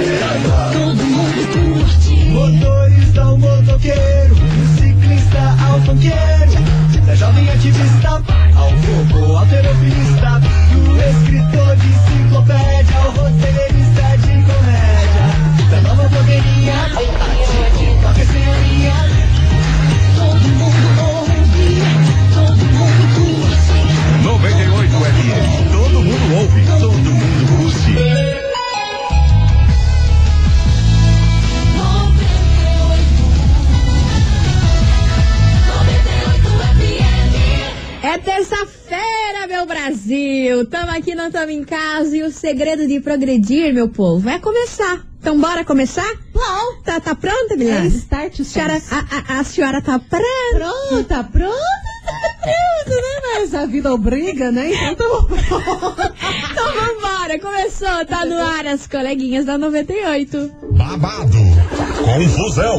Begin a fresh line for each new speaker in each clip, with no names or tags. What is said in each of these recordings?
Todo mundo curte.
Motorista ao motoqueiro, do ciclista ao funkeiro, da jovem ativista ao robô alterofilista, do escritor de enciclopédia ao roteirista de comédia, da nova blogueirinha à TikTok senhorinha.
Todo mundo ouve. Todo mundo curte.
98
eh.
FM. Todo mundo ouve, todo mundo curte.
98. 98 FM.
É terça-feira, meu Brasil! Tamo aqui, não tamo em casa e o segredo de progredir, meu povo, é começar. Então bora começar? Bom! Tá, tá pronta,
É
Milagre?
start o
A senhora,
som.
a, a- a senhora tá pronta?
Pronta, pronta, tá pronto, né? Mas a vida obriga, né? Então tamo pronto.
Então vambora, começou, tá no ar as coleguinhas da 98.
Babado, confusão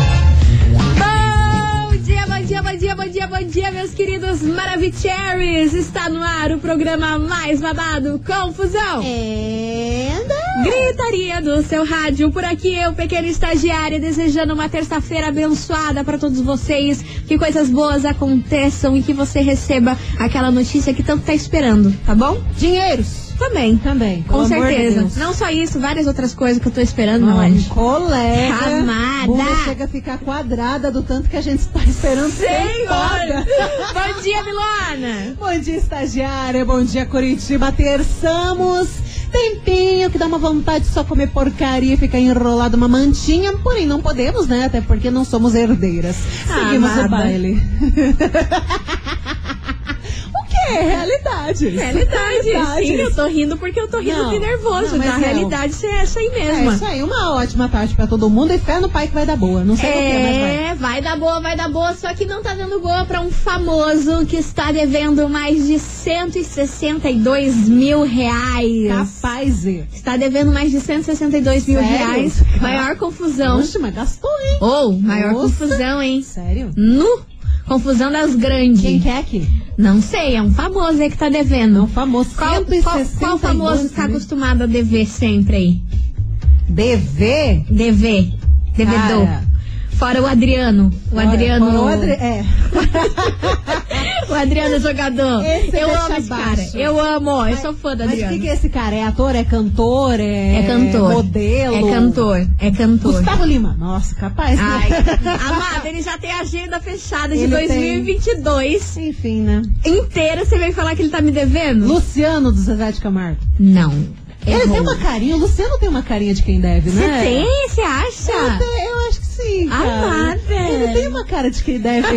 Bom dia, bom dia, bom dia, bom dia, bom dia, meus queridos Maravicheries! Está no ar o programa mais babado, Confusão! Gritaria do seu rádio, por aqui eu, pequeno estagiário, desejando uma terça-feira abençoada para todos vocês, que coisas boas aconteçam e que você receba aquela notícia que tanto tá esperando, tá bom?
Dinheiros.
Também.
Também, pelo
Com
amor de
certeza.
Deus.
Não só isso, várias outras coisas que eu tô esperando, meu
Um
anjo.
colega.
Camada.
Bunda chega a ficar quadrada do tanto que a gente está esperando sem
Senhora!
roda.
Bom dia, Milana!
Bom dia, estagiária. Bom dia, Curitiba. Terçamos. Tempinho que dá uma vontade de só comer porcaria e ficar enrolado uma mantinha. Porém, não podemos, né? Até porque não somos herdeiras.
Ah,
Seguimos
amada.
o baile. o quê? Realidade.
É Realidade, sim, eu tô rindo porque eu tô rindo
É Não,
de nervoso.
não, mas
Na
não.
realidade, você é essa aí
É
mesma.
isso aí, uma ótima tarde pra todo mundo e fé no pai que vai dar boa. Não sei o que, mas vai.
É, vai dar boa, vai dar boa, só que não tá dando boa pra um famoso que está devendo mais de 162 mil reais.
Capaz. e-
Está devendo mais de 162 mil
Tá Sério?
reais. Maior confusão.
Oxe, mas gastou, hein?
Ou, maior
Nossa.
confusão, hein?
Sério?
Nu! Confusão das
Quem é?
grandes.
quer aqui?
Não sei, é um famoso aí que tá
É um
devendo.
famoso
Qual, qual,
162
qual famoso tá
mil.
acostumado a dever sempre aí?
Dever?
Dever. Devedor.
Cara.
Fora o Adriano. O Adriano.
é. O Adri... É.
O Adriano é jogador.
Esse
eu
deixa
amo esse cara.
abaixo.
Eu amo. Eu sou fã do
Mas o
Adriano.
que, que é esse cara? É ator? É cantor? É,
É cantor.
modelo?
É cantor. É cantor.
Gustavo Lima. Nossa, capaz. né?
Ai, amado, ele já tem a agenda fechada de
Ele tem.
2022
Enfim, né?
inteira. Você vem falar que ele tá me devendo?
Luciano do Zezé de Camargo.
Não.
Ele
Errou.
tem uma carinha. O Luciano tem uma carinha de quem deve,
Você
né?
tem? Ah, Você acha?
Eu, te- eu acho que sim. Cara.
Amada.
Ele tem uma cara de quem deve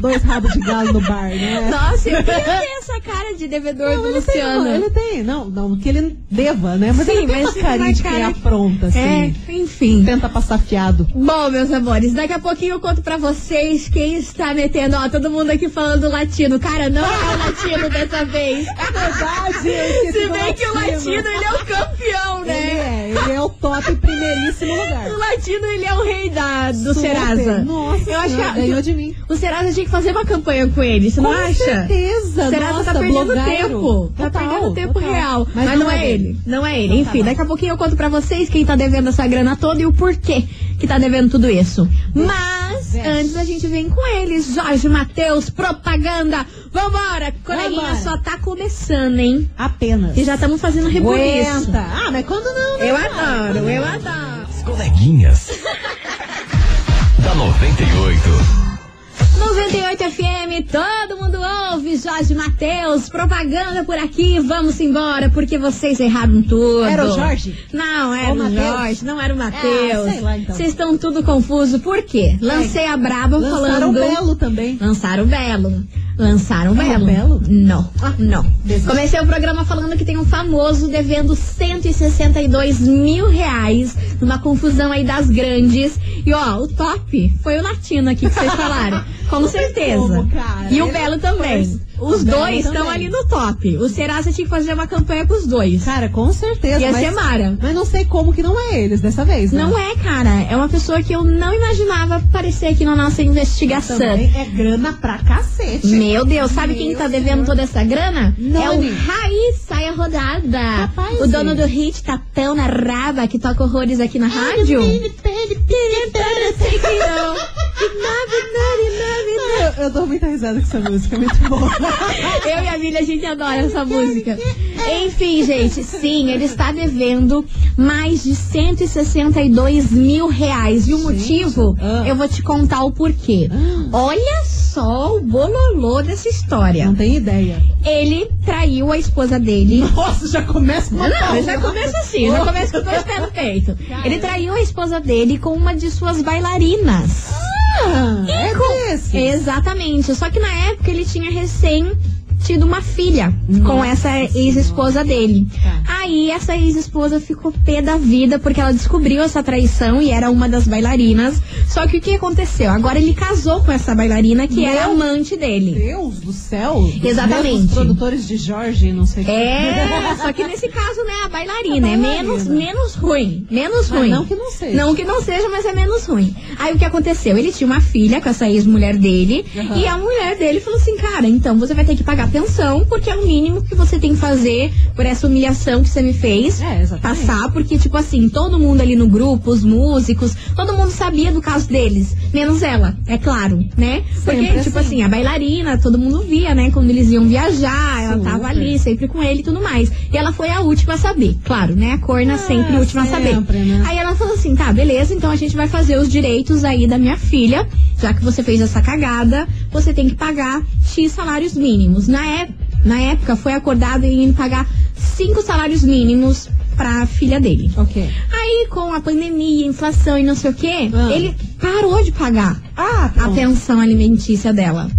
dois rabos de galo no bar, né?
Nossa, eu tenho essa cara de devedor
Não,
do
ele
Luciano.
Tem, ele tem, não, não que ele deva, né? Mas
Sim,
ele tem
mas
uma carinha de quem
cara-
apronta, assim.
É, enfim.
Tenta passar fiado.
Bom, meus amores, daqui a pouquinho eu conto pra vocês quem está metendo. Ó, todo mundo aqui falando latino. Cara, não é o latino dessa vez.
É Verdade,
Se bem que o latino, ele é o campeão,
Ele
né?
é, ele é o top em primeiríssimo lugar.
O latino, ele é o rei da, do
Super.
Serasa.
Nossa,
eu acho que a-
ganhou de mim.
o Serasa tinha que fazer uma campanha com ele, você
Com
não acha?
certeza.
O Serasa
Nossa,
tá perdendo
blogueiro.
tempo. tá
Total,
perdendo tempo
total.
real. Mas, não, é ele. Não é ele.
Então tá
Enfim,
bom.
daqui a pouquinho eu conto pra vocês quem tá devendo essa grana toda e o porquê que tá devendo tudo isso. Mas
Veste.
antes a gente vem com eles. Jorge Matheus, propaganda. Vambora! Coleguinha
Vambora.
só tá começando, hein?
Apenas.
E já tá estamos fazendo rebuliço.
Aguenta. Ah, mas quando não, né?
Eu adoro, eu adoro.
As coleguinhas. da 98.
98 FM, todo mundo ouve, Jorge Matheus, propaganda por aqui, vamos embora, porque vocês erraram tudo.
Era o Jorge?
Não, era
Ou
o,
Matheus?
Jorge, não era o
Ah, sei
Matheus.
lá, então.
Vocês estão tudo confuso, por quê? Lancei a braba
Lançaram
falando...
o Belo também.
Lançaram o Belo. Lançaram o Belo.
Ah, é Belo?
Não, Ah, não.
desisto.
Comecei o programa falando que tem um famoso devendo 162 mil reais numa confusão aí das grandes. E ó, o top foi o latino aqui que vocês falaram. Com certeza.
como, cara.
E o
Ele
Belo
foi-
também. Os
o Belo
dois estão
também.
ali no top. O Serasa tinha que fazer uma campanha com os dois.
Cara, com certeza.
Ia
mas,
ser Mara.
Mas não sei como que não é eles dessa vez, né?
Não é, cara. É uma pessoa que eu não imaginava aparecer aqui na nossa investigação.
Também é grana pra cacete.
Meu Deus, sabe quem
Meu
tá devendo
senhor.
toda essa grana? É
Nani.
o Raiz Saia Rodada.
Rapaz,
o dono
gente.
do hit Tapão na Raba, que toca horrores aqui na rádio.
tá, Eu, eu dou muita risada com essa música, é muito boa.
Eu e a Milha, a gente adora essa música. Enfim, gente, sim, ele está devendo mais de 162 mil reais. E o motivo,
ah.
eu vou te contar o porquê. Olha só o bololô dessa história.
Não tem ideia.
Ele traiu a esposa dele.
Nossa, já começa uma
Não,
pausa.
já começa assim, já começa com dois pés no peito. Ele traiu a esposa dele com uma de suas bailarinas.
Ah, é
Com-
desse.
Exatamente. Só que na época ele tinha recém tido uma filha com essa ex-esposa dele.
Tá.
Aí essa ex-esposa ficou pé da vida porque ela descobriu essa traição e era uma das bailarinas. Só que o que aconteceu? Agora ele casou com essa bailarina que era amante dele.
Deus do céu.
Exatamente.
Os produtores de Jorge, não sei o que.
É, só que nesse caso, né, a bailarina
A
é menos,
bailarina.
menos ruim. Menos
Mas
ruim.
não que não seja.
Não que não seja, mas é menos ruim. Aí o que aconteceu? Ele tinha uma filha com essa ex-mulher dele.
Aham.
E a mulher dele falou assim: cara, então você vai ter que pagar pensão, porque é o mínimo que você tem que fazer por essa humilhação que você me fez.
É, exatamente.
Passar, porque, tipo assim, todo mundo ali no grupo, os músicos, todo mundo sabia do caso deles. Menos ela, é claro, né? Porque,
Sempre
tipo
assim.
assim, a bailarina, todo mundo via, né? Quando eles iam viajar, ela
Super.
tava ali, sempre com ele e tudo mais. E ela foi a última a saber, claro, né? A corna sempre a última a
Ah, sempre,
saber.
né?
Aí ela falou assim: tá, beleza, então a gente vai fazer os direitos aí da minha filha, já que você fez essa cagada, você tem que pagar X salários mínimos. Na, é- na época foi acordado em pagar cinco salários mínimos pra filha dele.
Ok.
Aí, com a pandemia, inflação e não sei o quê,
Ah.
ele parou de pagar
Ah,
a
pronto.
pensão alimentícia dela.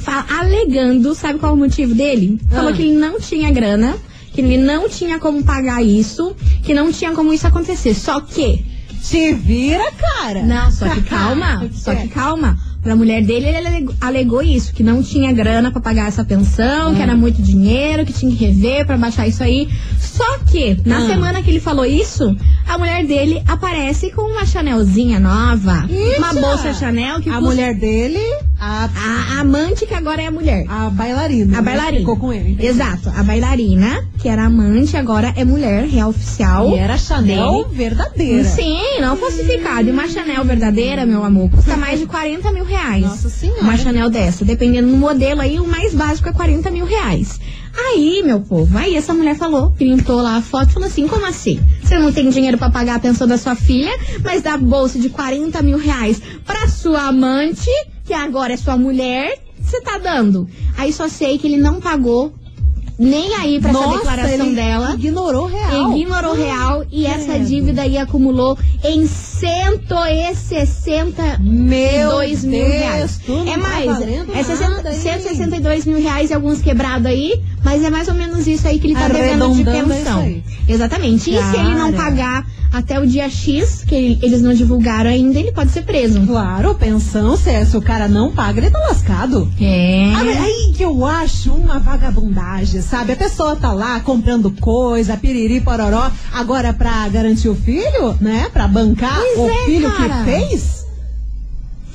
Fa- alegando, sabe qual é o motivo dele? Falou
Ah.
que ele não tinha grana, que ele não tinha como pagar isso, que não tinha como isso acontecer. Só que.
Te vira, cara. é?
Não, só que calma, só que calma. Pra mulher dele, ele aleg- alegou isso, que não tinha grana pra pagar essa pensão, que era
Hum.
muito dinheiro, que tinha que rever pra baixar isso aí. Só que, na
Ah.
semana que ele falou isso, a mulher dele aparece com uma Chanelzinha nova. Uma
Eita!
bolsa Chanel que
A
custa-
mulher dele, a,
a amante que agora é a mulher.
a bailarina. né,
A bailarina.
Ficou com ele.
Exato. A bailarina, que era amante, agora é mulher, real oficial.
E era Chanel
dele.
verdadeira.
Sim, não falsificado. E uma Chanel verdadeira, meu amor, custa mais de 40 mil reais.
Nossa Senhora.
Uma Chanel dessa. Dependendo do modelo aí, o mais básico é 40 mil reais. Aí, meu povo, aí essa mulher falou, printou lá a foto e falou assim: como assim? Você não tem dinheiro pra pagar a pensão da sua filha, mas dá bolsa de 40 mil reais pra sua amante, que agora é sua mulher, você tá dando. Aí só sei que ele não pagou nem aí pra essa
Nossa,
declaração
ele
dela.
Ignorou o real.
Ignorou real e essa dívida aí acumulou em 160
Meu
dois mil
Deus,
reais.
tu não
é
tá
mais,
valendo
é 60,
nada, hein?
162 mil reais e alguns quebrados aí, mas é mais ou menos isso aí que ele tá devendo de
Arredondando é isso
pensão.
aí.
Exatamente. E se ele não
Cara.
pagar até o dia X, que ele- eles não divulgaram ainda, ele pode ser preso.
Claro, pensão, se, é- se o cara não paga, ele tá lascado.
É.
Ah, mas Aí que eu acho uma vagabundagem, sabe? A pessoa tá lá comprando coisa, piriri, pororó, agora pra garantir o filho, né? Pra bancar
Pois
o
é,
filho
cara.
que fez,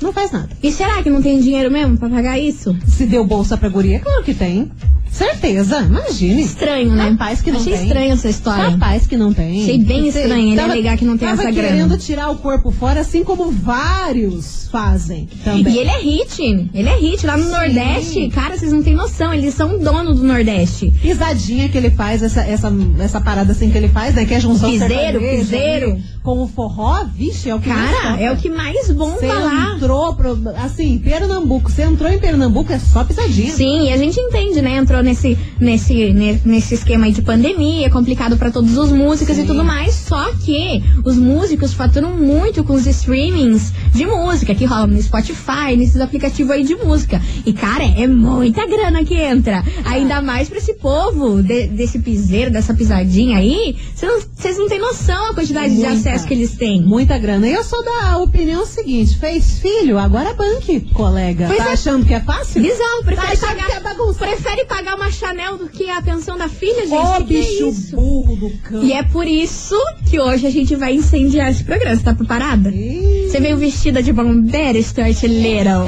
não faz nada.
E será que não tem dinheiro mesmo pra pagar isso?
Se deu bolsa pra guria, claro que tem. Certeza, imagine.
Estranho, né?
Capaz que não
Achei
tem.
estranho essa história.
Capaz que não tem.
Achei bem estranho ele
Tava-
alegar que não tem
tava
essa grana.
querendo tirar o corpo fora, assim como vários fazem também.
E ele é hit, ele é hit lá no Nordeste. Cara, vocês não têm noção, eles são dono do Nordeste.
pisadinha que ele faz, essa, essa, essa parada assim que ele faz, né? Que é junção
Piseiro,
sertaneja,
piseiro.
né, Com o forró, vixe, é o que
Cara, é o que mais bomba
Você
lá.
entrou, pro, assim, Pernambuco, você entrou em Pernambuco, é só pisadinha.
Sim, e a gente entende, né? Entrou entrou nesse, nesse, ne- nesse esquema aí de pandemia, é complicado pra todos os músicos e tudo mais. Só que os músicos faturam muito com os streamings de música que rolam no Spotify, nesses aplicativos aí de música. E, cara, é muita grana que entra. Ainda mais pra esse povo de- desse piseiro, dessa pisadinha aí. Vocês não, cês não têm noção a quantidade
Muita.
de acesso que eles têm.
Muita grana. E eu sou da opinião seguinte: fez filho, agora banque, colega.
Pois
tá
é.
achando que é fácil?
Bizarro, prefere,
Tá achando que é
pagar,
bagunça.
prefere pagar uma Chanel do que a pensão da filha, gente?
Ô,
Que que é
bicho
isso?
burro do campo.
E é por isso que hoje a gente vai incendiar esse programa. Você tá preparada?
Ih.
Você veio vestida de bombeiro, Stuart Little.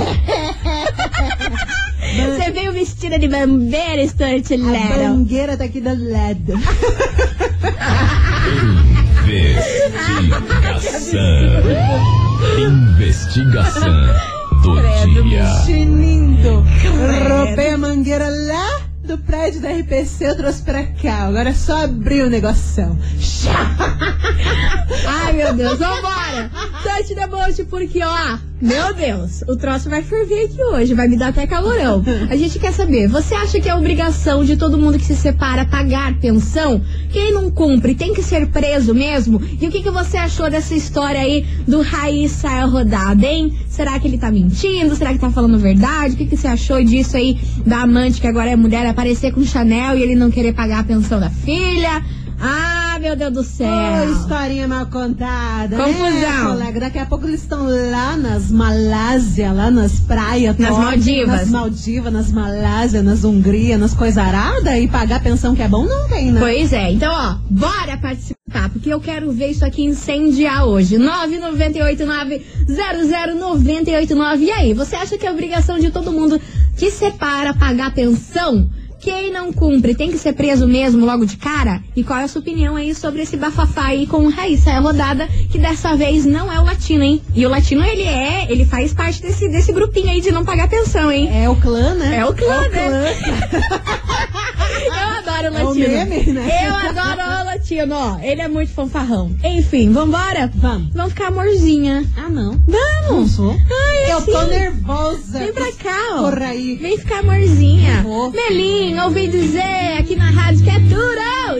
Você veio vestida de bombeiro, Stuart
A
Little.
bangueira tá aqui do lado.
Investigação. Investigação do dia.
Chinindo. Roubei a mangueira lá do prédio da RPC, eu trouxe pra cá. Agora é só abrir o negoção.
Ai, meu Deus, vambora. Stuart da Bolt, porque, ó, meu Deus, o troço vai ferver aqui hoje, vai me dar até calorão. A gente quer saber, você acha que é obrigação de todo mundo que se separa pagar pensão? Quem não cumpre tem que ser preso mesmo? E o que, que você achou dessa história aí do Raiz Saia Rodada, hein? Será que ele tá mentindo? Será que tá falando verdade? O que, que você achou disso aí da amante que agora é mulher aparecer com Chanel e ele não querer pagar a pensão da filha? Ah, meu Deus do céu.
Ô, historinha mal contada.
Confusão.
Né, colega? Daqui a pouco eles estão lá nas Malásia, lá nas praias.
Nas
top,
Maldivas.
Nas Maldivas, nas Malásia, nas Hungria, nas coisas aradas. E pagar pensão que é bom não tem, né?
Pois é, então ó, bora participar, porque eu quero ver isso aqui incendiar hoje. 998900989. E aí, você acha que é obrigação de todo mundo que separa pagar pensão? Quem não cumpre tem que ser preso mesmo logo de cara? E qual é a sua opinião aí sobre esse bafafá aí com Raíssa é rodada, que dessa vez não é o latino, hein? E o latino ele é, ele faz parte desse, desse grupinho aí de não pagar pensão, hein?
É o clã, né?
É o clã,
É o
né?
clã.
Eu adoro o
É o
latino.
meme, né?
Eu adoro o latino, ó. Ele é muito fanfarrão. Enfim, vambora?
Vamos.
Vamos ficar amorzinha.
Ah, não. Não
Vamos!
sou.
Ai,
Eu tô
assim,
nervosa.
Vem pra cá, ó.
Porra aí.
Vem ficar amorzinha.
Vou.
Melinha, ouvi dizer aqui na rádio que é tudo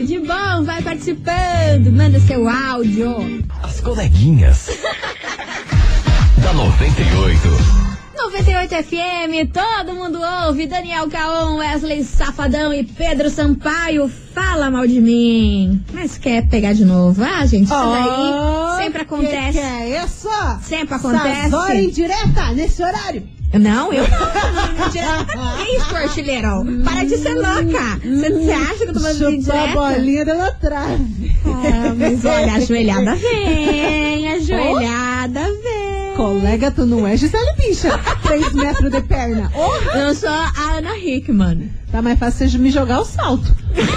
de bom. Vai participando, manda seu áudio.
As coleguinhas. da 98.
98 FM, todo mundo ouve. Daniel Caon, Wesley Safadão e Pedro Sampaio. Fala mal de mim. Mas quer pegar de novo? Ah, gente, isso
Oh,
daí sempre
Que que
acontece.
é isso?
Sempre acontece.
Essas horas indireta, nesse horário.
Não, eu não. Que isso, artilheirão? Para de ser louca. Você você acha que eu tô fazendo
Chutar a
indireta?
bolinha dela trave.
Ah, mas olha, ajoelhada vem, ajoelhada vem.
Colega, tu não é Gisele Pincha. Três metros de perna. Oh,
Eu sou a Ana Hickman.
tá mais fácil de me jogar o salto.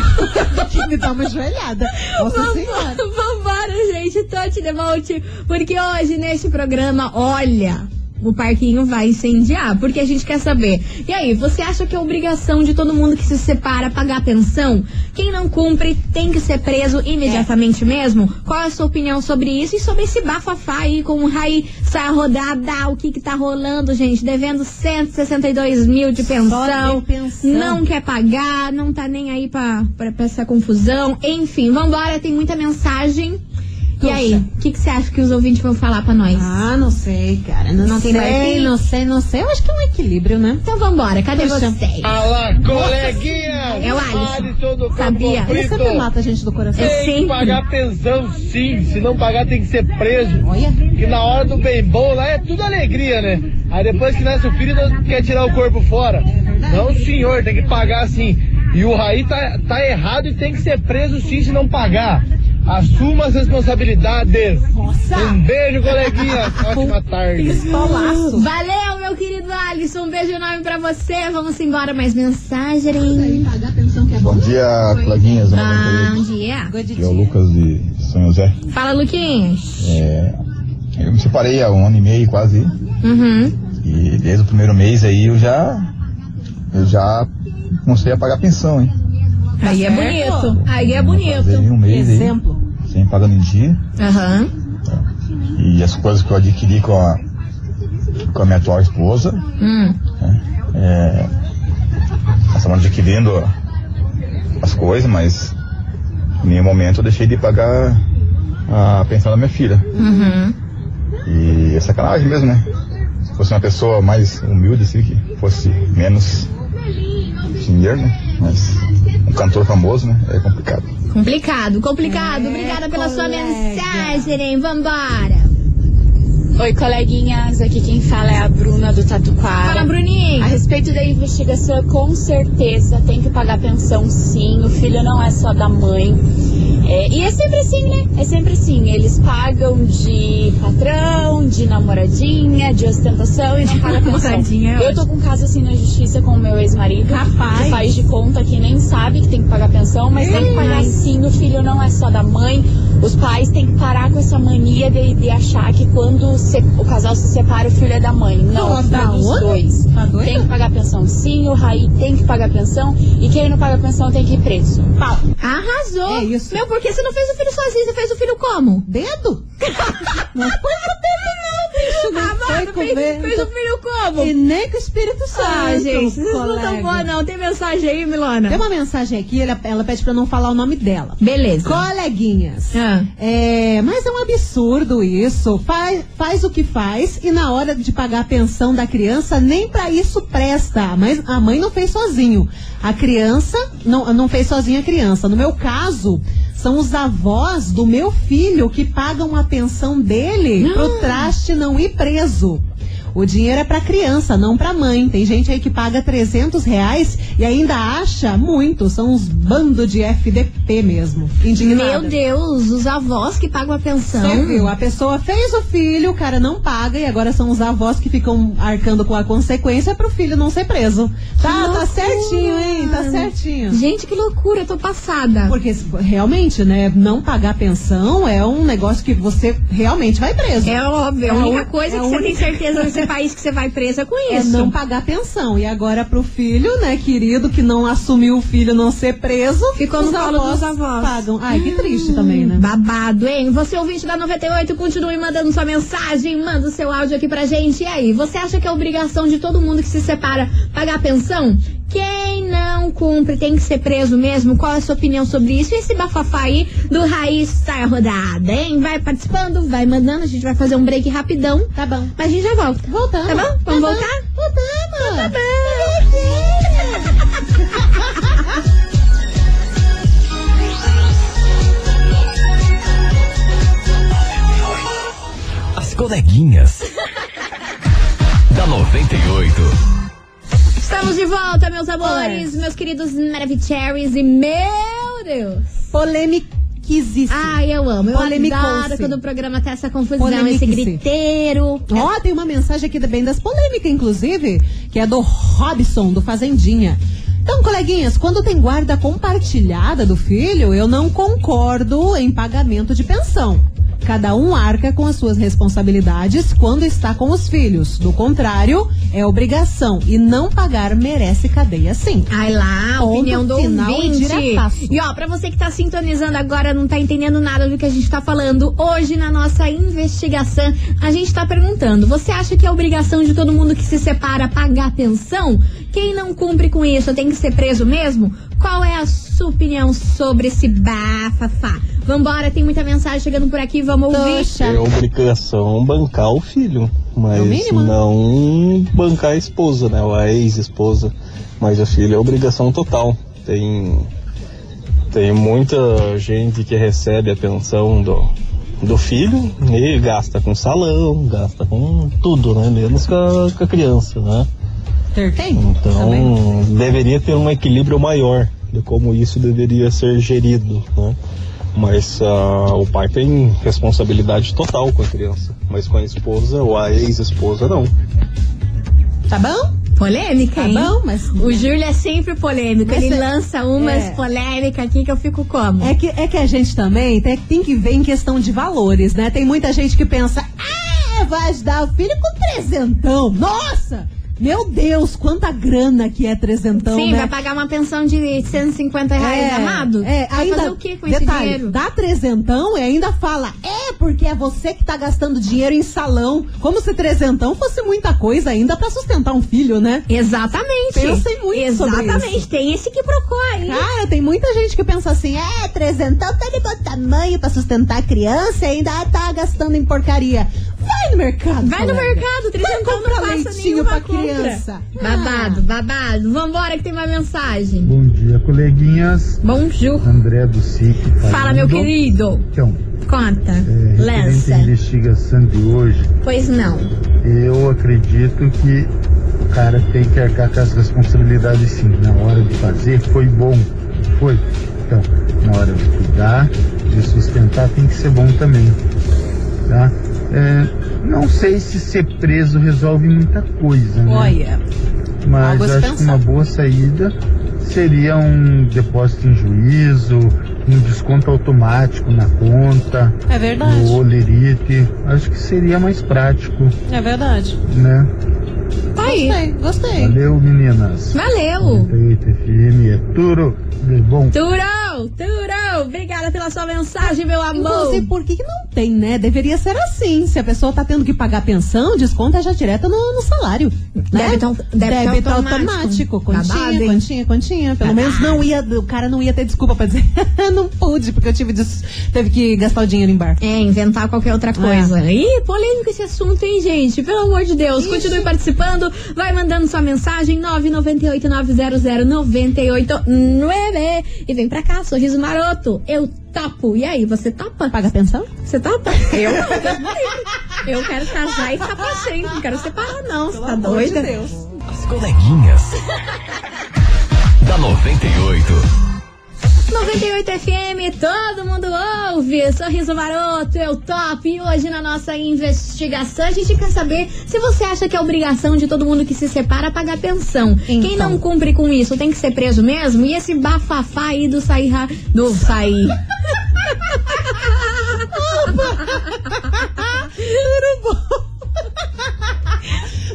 que me dá uma joelhada. Nossa senhora.
Vambora, vambora, gente, Tote de Volte, porque hoje neste programa, olha, o parquinho vai incendiar, porque a gente quer saber. E aí, você acha que é obrigação de todo mundo que se separa pagar pensão? Quem não cumpre tem que ser preso imediatamente mesmo? Qual é a sua opinião sobre isso e sobre esse bafafá aí com o Raí sai rodada? O que que tá rolando, gente? Devendo 162 mil de pensão.
de pensão.
Não quer pagar, não tá nem aí pra, pra, pra essa confusão. Enfim, vambora, tem muita mensagem. E
Puxa.
aí, o que que você acha que os ouvintes vão falar pra nós?
Ah, não sei, cara. Não,
Não tem
sei,
barquinho?
não sei, não sei. Eu acho que é um equilíbrio, né?
Então vambora, cadê
Puxa.
vocês?
Fala, coleguinha!
É o Alisson.
Alisson do
Sabia.
Campo
Ele
Frito.
sempre mata a gente do coração.
É.
Tem
sempre.
que pagar pensão, sim. Se não pagar, tem que ser preso.
Olha.
Que na hora do bem bom lá é tudo alegria, né? Aí depois que nasce o filho, não quer tirar o corpo fora. Não, senhor, tem que pagar sim. E o Raí tá, tá errado e tem que ser preso sim se não pagar. Assuma as responsabilidades. Um beijo, coleguinha. Ótima tarde.
Pistolaço.
Valeu, meu querido Alisson. Um beijo enorme pra você. Vamos embora, mais mensagem.
Pagar pensão que é
Bom dia, coleguinhas.
Ah, Bom dia.
Aqui é o Lucas de São José.
Fala, Luquinhas.
É, eu me separei há um ano e meio quase.
Uhum.
E desde o primeiro mês aí eu já. Eu já comecei a pagar pensão, hein?
Aí é
Tá certo.
bonito. Aí
Fazia
é bonito.
um mês aí,
Exemplo.
sem pagando em dia.
Aham.
E as coisas que eu adquiri com a, com a minha atual esposa.
Hum.
né? É, essa estamos adquirindo as coisas, mas em nenhum momento eu deixei de pagar a pensão da minha filha.
uhum.
E é sacanagem mesmo, né? Se fosse uma pessoa mais humilde, assim, que fosse menos dinheiro, né? Mas um cantor famoso, né? É complicado.
Complicado, complicado.
É,
Obrigada pela sua mensagem, hein? Vambora.
Oi, coleguinhas. Aqui quem fala é a Bruna do Tatuquara.
Fala,
A
Bruninho.
respeito da investigação, com certeza tem que pagar pensão sim, o filho não é só da mãe. É, e é sempre assim, né? É sempre assim. Eles pagam de patrão, de namoradinha, de ostentação e não pagam pensão.
Namoradinha é
Eu tô com um caso assim na justiça com o meu ex-marido, que faz de conta que nem sabe que tem que pagar pensão, mas tem que pagar sim, o filho não é só da mãe. Os pais têm que parar com essa mania de, de achar que quando se- o casal se separa, o filho é da mãe. Não,
Não,
o filho
da
é dos
onde?
dois.
Tá doida?
Tem que pagar pensão sim, o Raí tem que pagar pensão e quem não paga pensão tem que ir preso. Pau.
Arrasou.
É isso.
Meu, por que você não fez o filho sozinho? Você fez o filho como?
Dedo?
Não foi
não
o dedo, não.
Tá foi
Amado,
com
fez,
vento.
fez o filho como?
E nem com o Espírito Santo.
Ah, gente, vocês não tão
colega.
boa, não. Tem mensagem aí, Milona?
Tem uma mensagem aqui, ela, ela pede pra eu não falar o nome dela.
Beleza.
Coleguinhas.
Ah.
É, mas é um absurdo isso. Faz, faz o que faz e na hora de pagar a pensão da criança, nem pra isso presta. Mas a mãe não fez sozinho. A criança não, não fez sozinha a criança. No meu caso, são os avós do meu filho que pagam a pensão dele pro traste não ir preso. O dinheiro é pra criança, não pra mãe. Tem gente aí que paga 300 reais e ainda acha muito. São uns bando de FDP mesmo. Indignada.
Meu Deus, os avós que pagam a pensão.
Você viu? A pessoa fez o filho, o cara não paga e agora são os avós que ficam arcando com a consequência pro filho não ser preso. Tá,
loucura!
tá certinho, hein? Tá certinho.
Gente, que loucura, eu tô passada.
Porque se- realmente, né, não pagar pensão é um negócio que você realmente vai preso.
É óbvio,
É
a
a
única
un-
coisa
é
que
a
você tem
única-
certeza nesse país que você vai presa é com
É
isso.
não pagar pensão. E agora pro filho, né, querido, que não assumiu o filho não ser preso,
Ficou no
os
colo dos avós.
pagam. Ai, que triste também, né?
Hum, Babado, hein? Você ouvinte da 98, continue mandando sua mensagem, manda o seu áudio aqui pra gente. E aí, você acha que é obrigação de todo mundo que se separa pagar a pensão? Quem não cumpre tem que ser preso mesmo? Qual é a sua opinião sobre isso? E esse bafafá aí do Raiz sai a rodada, hein? Vai participando, vai mandando, a gente vai fazer um break rapidão.
Tá bom.
Mas a gente já volta.
Voltamos.
Tá bom? Vamos voltar?
Voltamos.
Tá bom.
As coleguinhas. da 98.
Estamos de volta, meus amores, meus queridos Maravicheries e meu Deus.
Polemiquizíssimo.
Ai, eu amo. Eu
Polemicou-se.
adoro quando o programa tá essa confusão, esse
Polemique-se.
griteiro.
Ó, tem uma mensagem aqui bem das polêmicas, inclusive, que é do Robson, do Fazendinha. Então, coleguinhas, quando tem guarda compartilhada do filho, eu não concordo em pagamento de pensão. Cada um arca com as suas responsabilidades quando está com os filhos. Do contrário, é obrigação. E não pagar merece cadeia sim.
Ai lá,
Ponto
opinião do
final e
ouvinte.
diretaço.
E ó, pra você que tá sintonizando agora, não tá entendendo nada do que a gente tá falando, hoje na nossa investigação, a gente tá perguntando: você acha que é obrigação de todo mundo que se separa pagar pensão? Quem não cumpre com isso tem que ser preso mesmo? Qual é a sua opinião sobre esse bafafá? Vambora, tem muita mensagem chegando por aqui, vamos ouvir.
Toxa.
é obrigação bancar o filho,
É o
mas
Tá. mínimo, né?
não bancar a esposa, né? Ou a ex-esposa. Mas a filha é obrigação total. Tem, tem muita gente que recebe a pensão do, do filho e gasta com salão, gasta com tudo, né? Menos com a, com a criança, né?
Ter tem? Tá Também.
Então, deveria ter um equilíbrio maior de como isso deveria ser gerido, né? Mas ah, o pai tem responsabilidade total com a criança, mas com a esposa ou a ex-esposa não.
Tá bom?
Polêmica,
Tá
hein?
bom, mas
O Júlio é sempre polêmico.
Mas
Ele
é-
lança umas
é.
polêmicas aqui que eu fico como?
É que, é que a gente também tem, tem que ver em questão de valores, né? Tem muita gente que pensa, ah, vai ajudar o filho com trezentão. Nossa! Meu Deus, quanta grana que é trezentão,
Sim,
né?
vai pagar uma pensão de 150 reais, amado?
É,
vai
ainda,
fazer o que com
detalhe,
esse dinheiro?
Dá trezentão e ainda fala, é, porque é você que tá gastando dinheiro em salão. Como se trezentão fosse muita coisa ainda pra sustentar um filho, né?
Exatamente.
Pensem muito sobre
Exatamente.
isso.
Tem esse que procura aí.
Cara, tem muita gente que pensa assim, é, trezentão tá de bom tamanho pra sustentar a criança e ainda tá gastando em porcaria. Vai no mercado.
Vai no
colega.
mercado, trezentão não
comprar
passa
leitinho
nenhuma
pra
compra.
criança. Ah.
Babado, babado. Vambora que tem uma mensagem.
Bom dia, coleguinhas.
Bonjour.
André do SIC.
Fala, meu querido.
Então,
Conta.
é, referente
Lança.
à investigação de hoje,
Pois não.
eu acredito que o cara tem que arcar com as responsabilidades sim. Na hora de fazer, foi bom. Foi. Então, na hora de cuidar, de sustentar, tem que ser bom também. Tá? É, não sei se ser preso resolve muita coisa, né?
Olha,
Mas
Algo a se
acho que
pensar.
uma boa saída seria um depósito em juízo, um desconto automático na conta,
é
no olerite. Acho que seria mais prático,
É verdade.
né?
Tá aí.
Gostei, É, gostei.
Valeu, meninas.
Valeu.
38 FM é tudo de bom.
Turão, Turão. Obrigada pela sua mensagem, meu amor.
Inclusive, por que que não tem, né? Deveria ser assim. Se a pessoa tá tendo que pagar pensão, desconta já direto no, no salário. né?
Débito au- débito automático.
automático. Continha,
Babado, hein?
continha, continha. Pelo menos não ia, o cara não ia ter desculpa pra dizer, não pude, porque eu tive, des- teve que gastar o dinheiro em bar.
É, inventar qualquer outra coisa. Ih, polêmico esse assunto, hein, gente? Pelo amor de Deus, continue participando, vai mandando sua mensagem 998-900-989 e vem pra cá, sorriso maroto. Eu topo. E aí, você topa?
Paga pensão?
Você topa? Eu não. Eu quero casar e tapar sempre, não quero separar não, você tá doida?
As coleguinhas. da 98.
98 FM, todo mundo ouve. Sorriso maroto, eu top. E hoje na nossa investigação a gente quer saber se você acha que é obrigação de todo mundo que se separa pagar pensão. Quem
Então.
não cumpre com isso tem que ser preso mesmo? E esse bafafá aí do sair ra- do sair.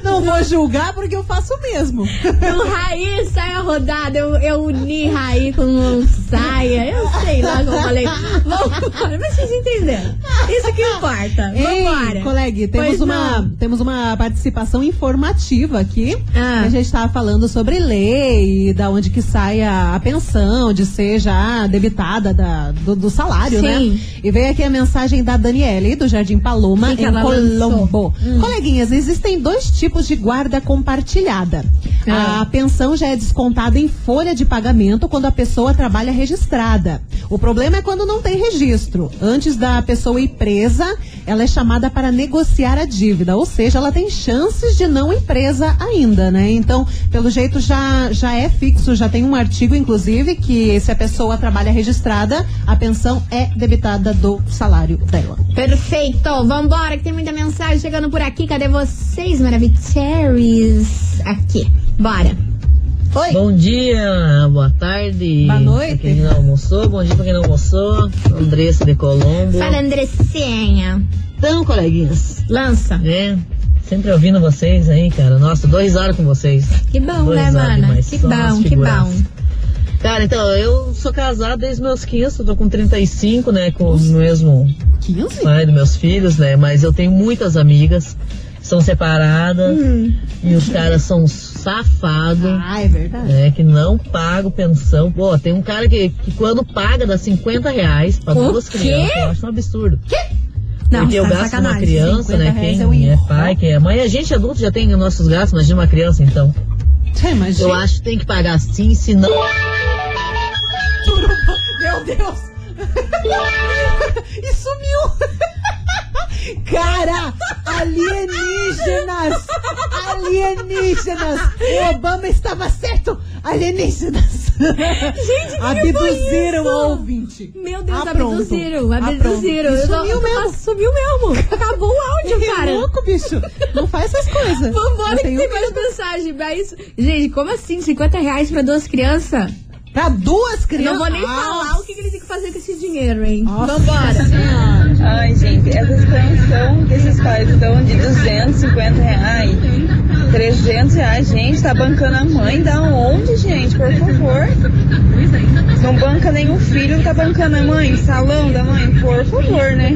Não vou julgar porque eu faço o mesmo.
do Raí, saia rodada. Eu, eu uni Raí com um saia. Eu sei lá como eu falei. Vambora, mas vocês entenderam. Isso que importa.
Ei,
Vambora.
colega, temos
Pois
uma,
não.
temos uma participação informativa aqui.
Ah.
A gente estava falando sobre lei, e da onde que sai a, a pensão, de ser já debitada da- do, do salário,
Sim.
né? E veio aqui a mensagem da Daniele, do Jardim Paloma,
Que que
em
ela
Colombo.
lançou? Hum.
Coleguinhas, existem dois tipos de guarda compartilhada.
Ah.
A pensão já é descontada em folha de pagamento quando a pessoa trabalha registrada. O problema é quando não tem registro. Antes da pessoa ir presa, ela é chamada para negociar a dívida, ou seja, ela tem chances de não ir presa ainda, né? Então, pelo jeito já já é fixo, já tem um artigo inclusive que se a pessoa trabalha registrada, a pensão é debitada do salário dela.
Perfeito, vambora, que tem muita mensagem chegando por aqui. Cadê vocês, maravilheiros? Aqui, bora.
Oi.
Bom dia, boa tarde.
Boa noite.
Pra quem não almoçou, bom dia pra quem não almoçou. Andressa de Colombo.
Fala, Andressinha.
Então, coleguinhas,
Lança.
né? Sempre ouvindo vocês aí, cara. Nossa, dois horas com vocês.
Que bom,
Dois
né,
horas
mana?
demais,
Que
só umas
bom, que
figuraças.
bom.
Cara, então, eu sou casada desde meus 15, tô com 35, né? Com o mesmo
15?
pai dos meus filhos, né? Mas eu tenho muitas amigas. que São separadas e os caras são safados.
Ah, é verdade.
É, que não paga o pensão. Pô, tem um cara que, que quando paga dá 50 reais pra
O
duas
quê?
crianças. Eu acho um absurdo.
Não,
Porque eu
tá de
gasto com uma
sacanagem.
criança,
50
né?
reais
Quem
um
é o
é
enrolo.
pai, quem é mãe. A gente adulto já tem os nossos gastos, imagina uma criança então.
Imagina.
Eu acho que tem que pagar sim, senão.
Meu Deus! e sumiu! Cara, alienígenas! Alienígenas! O Obama estava certo! Alienígenas!
Gente, que
Abduziram
foi isso?
o ouvinte!
Meu
Ah,
Deus,
Apronto.
abduziram,
Apronto.
abduziram.
E
Eu tô-
Sumiu
eu tô-
mesmo!
Sumiu mesmo. Acabou o áudio,
Que
cara.
louco, bicho! Não faz essas coisas!
Vambora
Eu
que
tenho
tem mais mensagem. Mas, gente, como assim? 50 reais pra duas crianças?
Pra duas
Não
crianças!
vou nem falar o que, que ele tem que fazer com esse dinheiro, hein?
Nossa
Vambora.
Ai, gente, essas pensão que esses pais dão de 250 reais, 300 reais, gente, tá bancando a mãe da onde, gente? Por favor. Não banca nenhum filho, tá bancando a mãe, salão da mãe, por favor, né?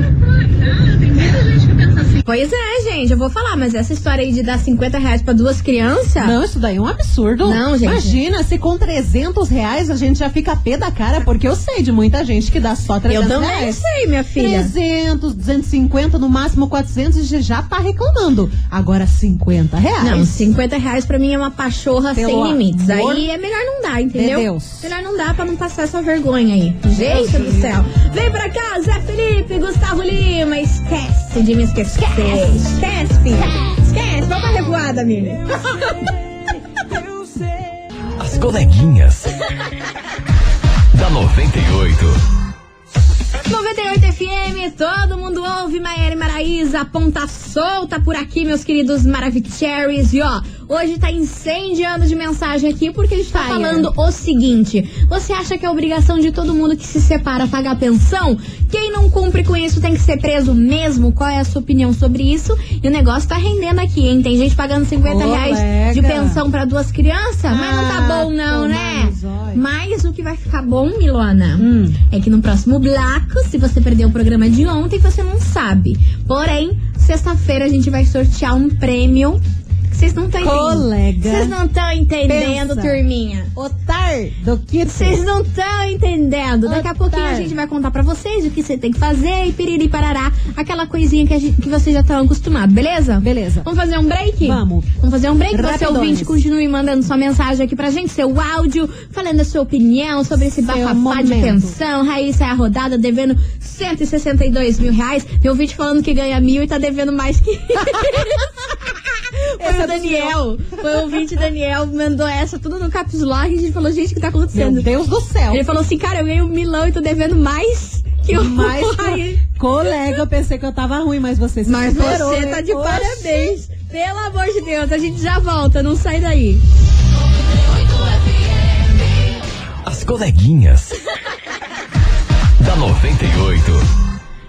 Pois é, gente, eu vou falar, mas essa história aí de dar 50 reais pra duas crianças.
Não, isso daí é um absurdo.
Tá. Não, gente.
Imagina, se com 300 reais a gente já fica pé da cara, porque eu sei de muita gente que dá só 300
Eu também
reais.
sei, minha filha.
300, 250, no máximo 400 e já tá reclamando. Agora 50 reais.
Não, 50 reais pra mim é uma pachorra
Pelo
sem limites.
amor
Aí é melhor não dar, entendeu?
de Deus.
Melhor não dar pra não passar essa vergonha aí. Gente do céu. Vem pra cá, Zé Felipe, Gustavo Lima. Esquece de me esquecer. Esquece, filha. Esquece. Vamos pra revoada, amiga.
As coleguinhas. da 98.
98 FM, todo mundo ouve, Maiara e Maraísa, ponta solta por aqui, meus queridos Maravicheries. E ó, hoje tá incendiando de mensagem aqui, porque a gente tá falando o seguinte: você acha que é obrigação de todo mundo que se separa pagar pensão? Quem não cumpre com isso tem que ser preso mesmo? Qual é a sua opinião sobre isso? E o negócio tá rendendo aqui, hein? Tem gente pagando 50 reais de
Colega.
pensão pra duas crianças, mas não tá
Ah,
bom, não,
tomar
né?
no zóio.
Mas o que vai ficar bom, Milona?
Hum.
É que no próximo Blaco, se você perdeu o programa de ontem, você não sabe. Porém, sexta-feira a gente vai sortear um prêmio. que Vocês não estão entendendo.
Colega.
Vocês não estão entendendo,
Pensa.
turminha.
Otar do Kito.
Vocês não estão entendendo. Daqui a
Otário.
pouquinho a gente vai contar pra vocês o que você tem que fazer e piriri parará. Aquela coisinha que, a gente- que vocês já estão acostumados, beleza?
Beleza.
Vamos fazer um break?
Vamos.
Vamos fazer um break? Você
Rapidões.
ouvinte, continue mandando sua mensagem aqui pra gente, seu áudio, falando a sua opinião sobre esse
Seu
bafafá de
momento.
pensão. Raíssa é a rodada devendo 162 mil reais. Meu ouvinte falando que ganha mil e tá devendo mais que Foi
Essa
o
é do
Daniel, foi o ouvinte Daniel, mandou essa tudo no caps lock e a gente falou, gente, o que tá acontecendo?
Meu Deus do céu.
Ele falou assim, cara, eu ganhei um milão e tô devendo mais que o
Mas,
Raí.
colega, eu pensei que eu tava ruim, mas você se
Mas
superou,
você
né?
tá de
Oxi.
parabéns. Pelo amor de Deus, a gente já volta, não sai daí.
As coleguinhas. da 98.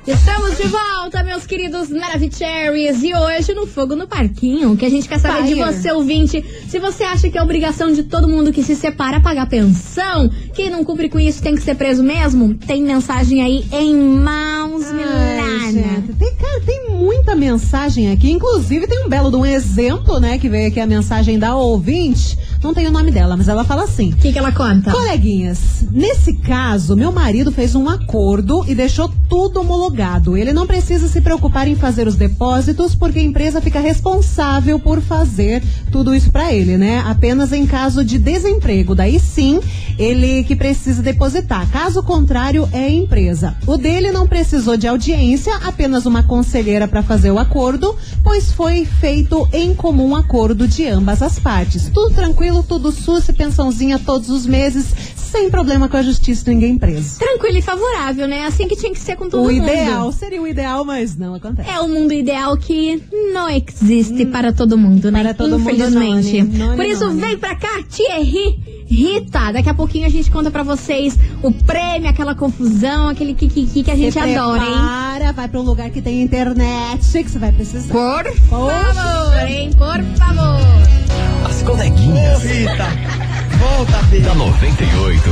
Estamos de volta, meus queridos Maravicheries. E hoje no Fogo no Parquinho, que a gente quer saber
Fire.
de você, ouvinte, se você acha que é obrigação de todo mundo que se separa pagar pensão, quem não cumpre com isso tem que ser preso mesmo? Tem mensagem aí em mãos,
Ai,
Milana.
gente, Tem, cara, tem muita mensagem aqui. Inclusive, tem um belo de um exemplo, né? Que veio aqui a mensagem da ouvinte. Não tem o nome dela, mas ela fala assim.
O que, que ela conta?
Coleguinhas, nesse caso, meu marido fez um acordo e deixou tudo homologado. Ele não precisa se preocupar em fazer os depósitos, porque a empresa fica responsável por fazer tudo isso pra ele, né? Apenas em caso de desemprego. Daí sim, ele que precisa depositar. Caso contrário, é a empresa. O dele não precisou de audiência, apenas uma conselheira pra fazer o acordo, pois foi feito em comum acordo de ambas as partes. Tudo tranquilo, tudo sus, pensãozinha todos os meses, sem problema com a justiça, ninguém preso.
Tranquilo e favorável, né? Assim que tinha que ser com todo
o
mundo.
ideal seria o ideal, mas não acontece.
É o mundo ideal que não existe para todo mundo, né?
para todo mundo
Infelizmente.
não, né? Não,
Por
não,
isso,
não, né?
vem pra cá, Thierry Rita. Daqui a pouquinho a gente conta pra vocês o prêmio, aquela confusão, aquele kikiki que a gente
Se
adora, hein?
prepara, vai pra um lugar que tem internet, que você vai precisar.
Por
Poxa.
favor, hein? Por favor.
As
Ô,
coleguinhas.
Rita, volta, filha.
da 98.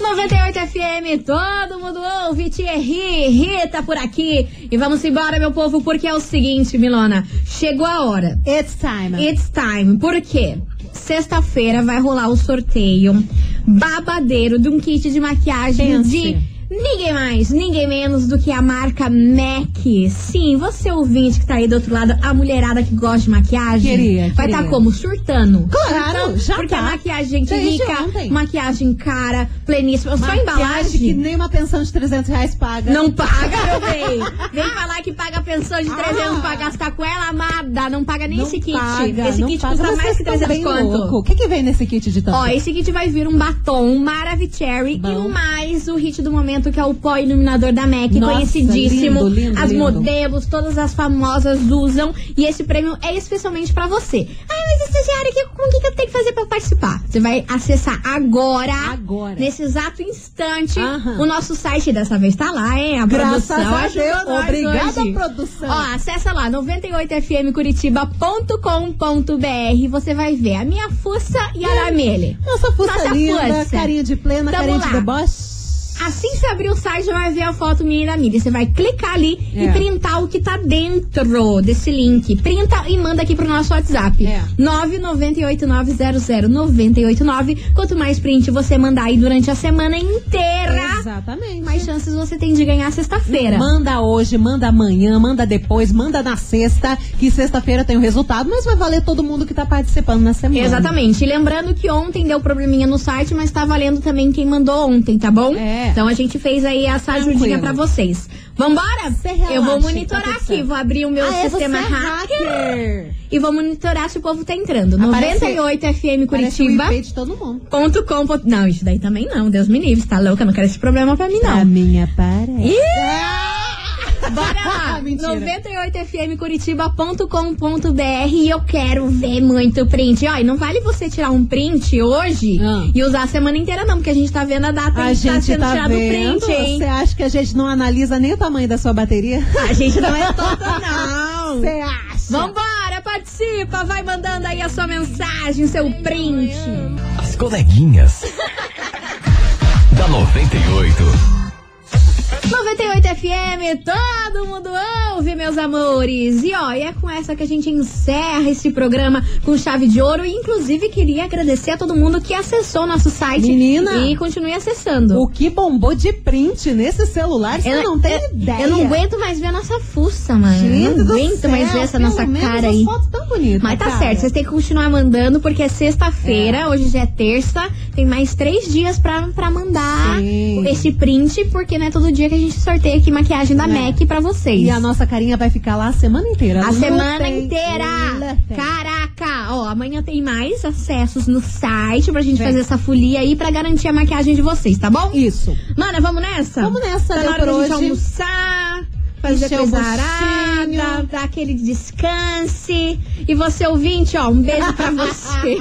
98 FM, todo mundo ouve, Thierry, Rita por aqui. E vamos embora, meu povo, porque é o seguinte, Milona. Chegou a hora.
It's time.
It's time. Por quê? Sexta-feira vai rolar o sorteio babadeiro de um kit de maquiagem
Pense.
de ninguém mais, ninguém menos do que a marca MAC. Sim, você ouvinte que tá aí do outro lado, a mulherada que gosta de maquiagem,
Queria,
vai
queria.
tá como? Surtando.
Claro,
Surtando,
já
então, Porque
tá.
a maquiagem gente
Desde
rica,
ontem.
maquiagem cara, pleníssima, só
Maquiagem
embalagem.
que nem uma pensão de 300 reais paga.
Não paga, meu bem. Vem falar que paga a pensão de 300
Ah.
pra gastar com ela, amada. Não paga nem
Não
esse kit.
paga,
esse
não
kit
paga.
custa
Mas
mais
vocês
que
estão bem
300 conto.
louco. O que, que vem nesse kit de tanto?
Ó, esse kit vai vir um batom Maravicherry
Bom.
e mais o hit do momento, que é o pó iluminador da MAC,
Nossa,
conhecidíssimo.
lindo, lindo,
As
lindo.
modelos, todas as famosas usam. E esse prêmio é especialmente pra você. Ai, mas estagiária, que, com o que, que eu tenho que fazer pra participar? Você vai acessar agora,
Agora.
nesse exato instante,
Aham.
o nosso site. Dessa vez tá lá, hein? A
Graças
produção
a
ajudou
Deus.
nós
Obrigada,
hoje.
produção.
Ó, acessa lá 98fmcuritiba.com.br. Você vai ver a minha fuça e a da Amélie.
Hum, Nossa fuça
Nossa
linda,
fuça.
carinha de plena,
Tamo
carinha
lá.
de deboche.
Assim que você abrir o site, já vai ver a foto minha e da Miri. Você vai clicar ali e
É.
printar o que tá dentro desse link. Printa e manda aqui pro nosso WhatsApp.
É.
998900989. Quanto mais print você mandar aí durante a semana inteira,
Exatamente.
mais chances você tem de ganhar sexta-feira.
Manda hoje, manda amanhã, manda depois, manda na sexta, que sexta-feira tem o resultado, mas vai valer todo mundo que tá participando na semana.
Exatamente. E lembrando que ontem deu probleminha no site, mas tá valendo também quem mandou ontem, tá bom?
É.
Então a gente fez aí essa ajudinha
Tranquilo.
pra vocês. Vambora?
Você relaxa,
Eu vou
tá
monitorar
tudo
aqui,
certo.
vou abrir o meu
Ah, é, você
sistema
é
hacker.
hacker.
e vou monitorar se o povo tá entrando.
Aparece- um
98FM
Parece o
Curitiba.
IP de todo mundo.
Ponto com, ponto- Não, isso daí também não. Deus me livre, você tá louca? Não quero esse problema pra mim, não.
minha parece.
Bora lá!
Mentira.
98fmcuritiba.com.br e eu quero ver muito print. Ó, e não vale você tirar um print hoje
Ah.
e usar a semana inteira, não, porque a gente tá vendo a data
A
que tá
gente
sendo
tá
tirado
vendo.
o print, hein?
Você acha que a gente não analisa nem o tamanho da sua bateria?
A gente não é tonta, não.
Você acha?
Vambora, participa, vai mandando aí a sua mensagem, seu print.
As coleguinhas. da 98.
98 FM, todo mundo ouve, meus amores. E ó, e é com essa que a gente encerra esse programa com chave de ouro. E inclusive queria agradecer a todo mundo que acessou nosso site.
Menina!
E continue acessando.
O que bombou de print nesse celular, você não tem
eu-
ideia.
Eu não aguento mais ver a nossa fuça, mano.
Gente
Eu
do
não aguento
céu,
mais ver essa
pelo
nossa
menos
cara
as
aí.
fotos tão bonitas,
Mas tá
cara.
certo, vocês têm que continuar mandando, porque é sexta-feira, hoje já é terça, tem mais três dias pra, pra mandar
Sim.
esse print, porque não é todo dia que a gente sorteia aqui maquiagem da MAC pra vocês.
é. E a nossa carinha vai ficar lá a semana inteira.
A
Não
semana
tem-
inteira!
Não tem.
Caraca! Ó, amanhã tem mais acessos no site pra gente
Vem.
fazer essa folia aí pra garantir a maquiagem de vocês, tá bom?
Isso.
Mana, vamos nessa?
Vamos nessa,
tá
deu
na hora
por
da gente
hoje.
almoçar, fazer
Encher o
coisa
buchinho.
arada, dar aquele descanse. E você ouvinte, ó, um beijo pra vocês.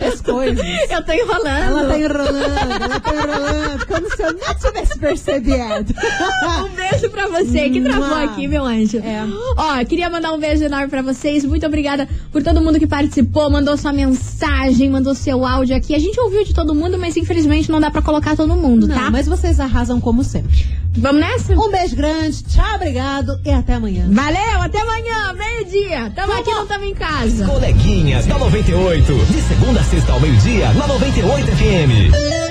As coisas.
Eu tô enrolando.
Ela tá enrolando, ela tá enrolando, como se eu não tivesse percebido.
Um beijo pra você que travou
Mua.
aqui, meu anjo.
É.
Ó, queria mandar um beijo enorme pra vocês. Muito obrigada por todo mundo que participou, mandou sua mensagem, mandou seu áudio aqui. A gente ouviu de todo mundo, mas infelizmente não dá pra colocar todo mundo, tá?
Não, mas vocês arrasam como sempre.
Vamos nessa?
Um beijo grande, tchau, obrigado e até amanhã.
Valeu, até amanhã, meio-dia. Tamo aqui, não tamo em casa.
Coleguinhas da 98. De segunda a sexta ao meio-dia, na 98 FM.